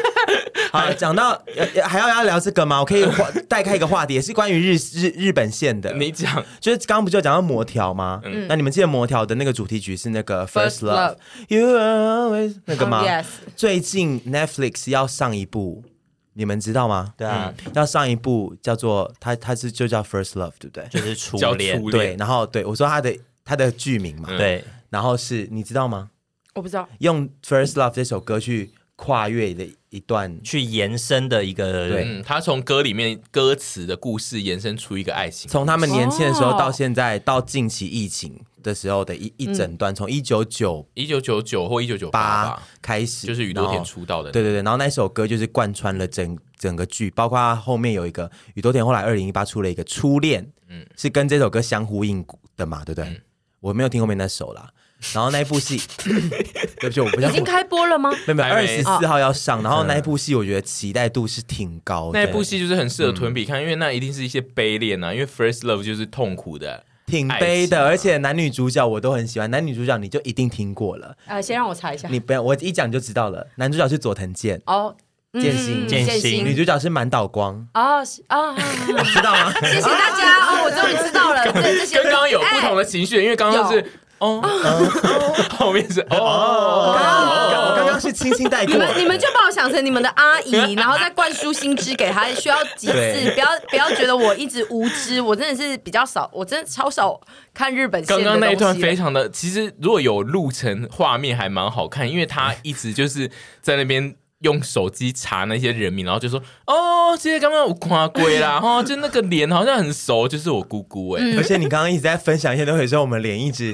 Speaker 2: 好，讲到呃还要要聊这个吗？我可以话 (laughs) 带开一个话题，也是关于日日日本线的。
Speaker 3: 你讲
Speaker 2: 就是刚刚不就讲到魔条吗？那你们记得魔条的那个主题曲是那个
Speaker 1: First
Speaker 2: First Love，You always 那个吗
Speaker 1: Oh, yes
Speaker 2: 最近 Netflix 要上一部，你们知道吗？嗯
Speaker 4: 对啊，
Speaker 2: 要上一部叫做它，它是就叫 First Love，对不对？
Speaker 4: 就是初
Speaker 3: 叫
Speaker 4: 恋，
Speaker 3: 初
Speaker 2: 对，
Speaker 3: 恋，
Speaker 2: 然后对我说它的它的剧名嘛，
Speaker 4: 对，
Speaker 2: 然后是你知道吗？
Speaker 1: 我不知道，
Speaker 2: 用 First Love 这首歌去跨越的一段，
Speaker 4: 去延伸的一个
Speaker 2: 对
Speaker 3: 嗯，他从歌里面歌词的故事延伸出一个爱情，
Speaker 2: 从他们年轻的时候
Speaker 1: 哦
Speaker 2: 到现在，到近期疫情的时候的一一整段，从一九九
Speaker 3: 一九九九或一九九
Speaker 2: 八
Speaker 3: 八，
Speaker 2: 开始，
Speaker 3: 就是宇多
Speaker 2: 然
Speaker 3: 田
Speaker 2: 后
Speaker 3: 出道的，
Speaker 2: 对对对，然后那首歌就是贯穿了整整个剧，包括后面有一个宇多田后来二零一八出了一个《初恋》，嗯，是跟这首歌相呼应的嘛，对不对？
Speaker 3: 嗯
Speaker 2: 我没有听后面那首啦。然后那一部
Speaker 3: (laughs)
Speaker 2: 戏，对不起，我不
Speaker 1: 已
Speaker 2: 想。
Speaker 1: 经开播了吗？
Speaker 2: 没有没有，
Speaker 3: 还
Speaker 2: 二
Speaker 3: 没嗯
Speaker 2: 十四号要上，然后那一部戏我觉得期待度是挺高的，
Speaker 3: 那一部戏就是很适合屯比看，因为那一定是一些悲恋啊，因为 first love 就是痛苦的，
Speaker 2: 挺悲的，
Speaker 3: 爱情啊
Speaker 2: 而且男女主角我都很喜欢，男女主角你就一定听过了，
Speaker 1: 呃，先让我查一下。
Speaker 2: 你不要我一讲就知道了，男主角是佐藤健，
Speaker 1: 哦，嗯
Speaker 2: 剑心
Speaker 1: 嗯
Speaker 4: 剑
Speaker 1: 剑
Speaker 4: 心
Speaker 2: 女
Speaker 1: 心
Speaker 2: 主角是满岛光，
Speaker 1: 哦是啊，
Speaker 2: 知道吗？
Speaker 1: 谢谢大家哦，我终于知道了，这这些哎
Speaker 3: 跟刚刚有不同的情绪，因为刚刚是
Speaker 1: 有
Speaker 3: 哦， (laughs) 后面是哦，
Speaker 2: 哦，我刚刚是轻轻带过
Speaker 1: 你。们你们就把我想成你们的阿姨，然后再灌输新知给她，需要几次？
Speaker 2: 对
Speaker 1: 不要不要觉得我一直无知，我真的是比较少，我真的超少看日本线
Speaker 3: 刚
Speaker 1: 的
Speaker 3: 刚那一段
Speaker 1: 东西了
Speaker 3: 非常的，其实如果有录成画面还蛮好看，因为他一直就是在那边。用手机查那些人名，然后就说：“哦，这些刚刚有夸龟
Speaker 1: (laughs)
Speaker 3: 啦，哦，就那个脸好像很熟，就是我姑姑哎、
Speaker 2: (laughs)
Speaker 1: 嗯
Speaker 2: 而且你刚刚一直在分享一些东西的时候，我们脸一直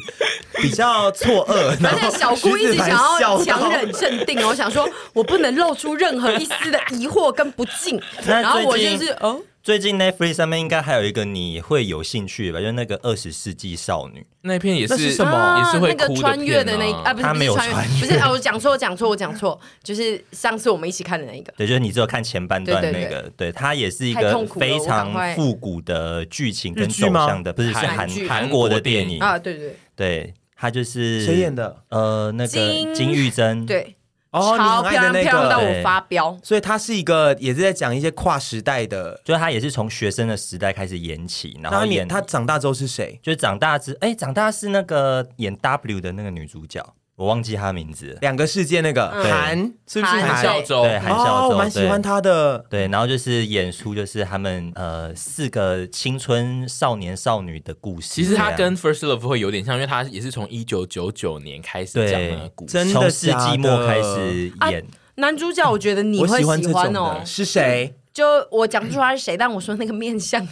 Speaker 2: 比较错愕，
Speaker 1: (laughs)
Speaker 2: 然
Speaker 1: 而
Speaker 2: 后
Speaker 1: 且小姑一直想
Speaker 2: 徐
Speaker 1: 要
Speaker 2: 子凡笑到
Speaker 1: 强忍镇定，我想说，我不能露出任何一丝的疑惑跟不敬。
Speaker 4: 那
Speaker 1: 然后我
Speaker 4: 最
Speaker 1: 就
Speaker 4: 近
Speaker 1: 是哦，
Speaker 4: 最近 Netflix 上面应该还有一个你会有兴趣吧，就是那个《二十世纪少女》，
Speaker 3: 那片也是
Speaker 2: 那是什么
Speaker 3: 也是会
Speaker 1: 那个
Speaker 3: 哭
Speaker 1: 穿越的
Speaker 3: 片啊
Speaker 1: 那一啊，不是
Speaker 4: 他
Speaker 1: 不
Speaker 4: 没
Speaker 1: 是
Speaker 4: 有
Speaker 1: 穿越
Speaker 4: 穿，
Speaker 1: 不是啊，我讲错，我讲错，我讲错，就是上次我们一起看的那一个。
Speaker 4: 对，就是你只有看前半段
Speaker 1: 对
Speaker 4: 那
Speaker 1: 对
Speaker 4: 个，对，它也是一
Speaker 1: 太
Speaker 4: 个
Speaker 1: 痛苦了
Speaker 4: 非
Speaker 1: 我赶快
Speaker 4: 常复古的剧情跟
Speaker 2: 日剧
Speaker 4: 走
Speaker 2: 吗
Speaker 4: 向的，不是是
Speaker 3: 韩
Speaker 4: 韩
Speaker 1: 剧
Speaker 4: 韩国的
Speaker 3: 韩
Speaker 4: 电
Speaker 3: 国
Speaker 4: 影，
Speaker 1: 啊，对对
Speaker 4: 对，它就是
Speaker 2: 谁演？的？
Speaker 4: 呃，那个
Speaker 1: 金
Speaker 4: 金玉珍，
Speaker 1: 对，对，
Speaker 2: 哦，你
Speaker 1: 超
Speaker 2: 很
Speaker 1: 漂亮，
Speaker 2: 爱的那
Speaker 1: 漂亮到
Speaker 2: 个，
Speaker 1: 我
Speaker 4: 对
Speaker 1: 发飙。
Speaker 2: 所以它是一个也是在讲一些跨时代的。
Speaker 4: 就是他也是从学生的时代开始演起，然
Speaker 2: 然
Speaker 4: 后
Speaker 2: 后你
Speaker 4: 演
Speaker 2: 他长大之后是谁？
Speaker 4: 就是长大之，哎，长大是那个演 W 的那个女主角，我忘记她名字了，
Speaker 2: 两个世界那个
Speaker 1: 嗯
Speaker 2: 韩是不是
Speaker 1: 韩
Speaker 3: 韩
Speaker 2: 韩
Speaker 3: 孝周
Speaker 4: 对，韩孝
Speaker 2: 哦，
Speaker 4: 周，
Speaker 2: 我蛮喜欢
Speaker 4: 对。
Speaker 2: 他的。
Speaker 4: 对，然后就是演出，就是他们呃四个青春少年少女的故事。
Speaker 3: 其实它
Speaker 4: 这样
Speaker 3: 跟 First Love 会有点像，因为它也是从一九九九年开始讲那个故事。
Speaker 2: 真的
Speaker 4: 从世
Speaker 2: 假
Speaker 4: 纪
Speaker 2: 的
Speaker 4: 末开始
Speaker 1: 啊
Speaker 4: 演，
Speaker 1: 男主角我觉得你
Speaker 2: 我
Speaker 1: 会
Speaker 2: 喜欢
Speaker 1: 喜
Speaker 2: 这种
Speaker 1: 欢哦
Speaker 2: 的，，是谁？
Speaker 1: 就我讲不出他是谁，但我说那个面相，
Speaker 3: (laughs)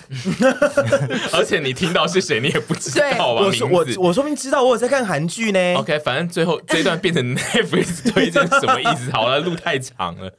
Speaker 3: 而且你听到是谁，你也不知道吧？
Speaker 2: 我说我
Speaker 3: 名字
Speaker 2: 我说不定知道，我有在看韩剧呢。
Speaker 3: (laughs) OK，反正最后这一段变成 Netflix 推荐什么意思？好了，路太长了。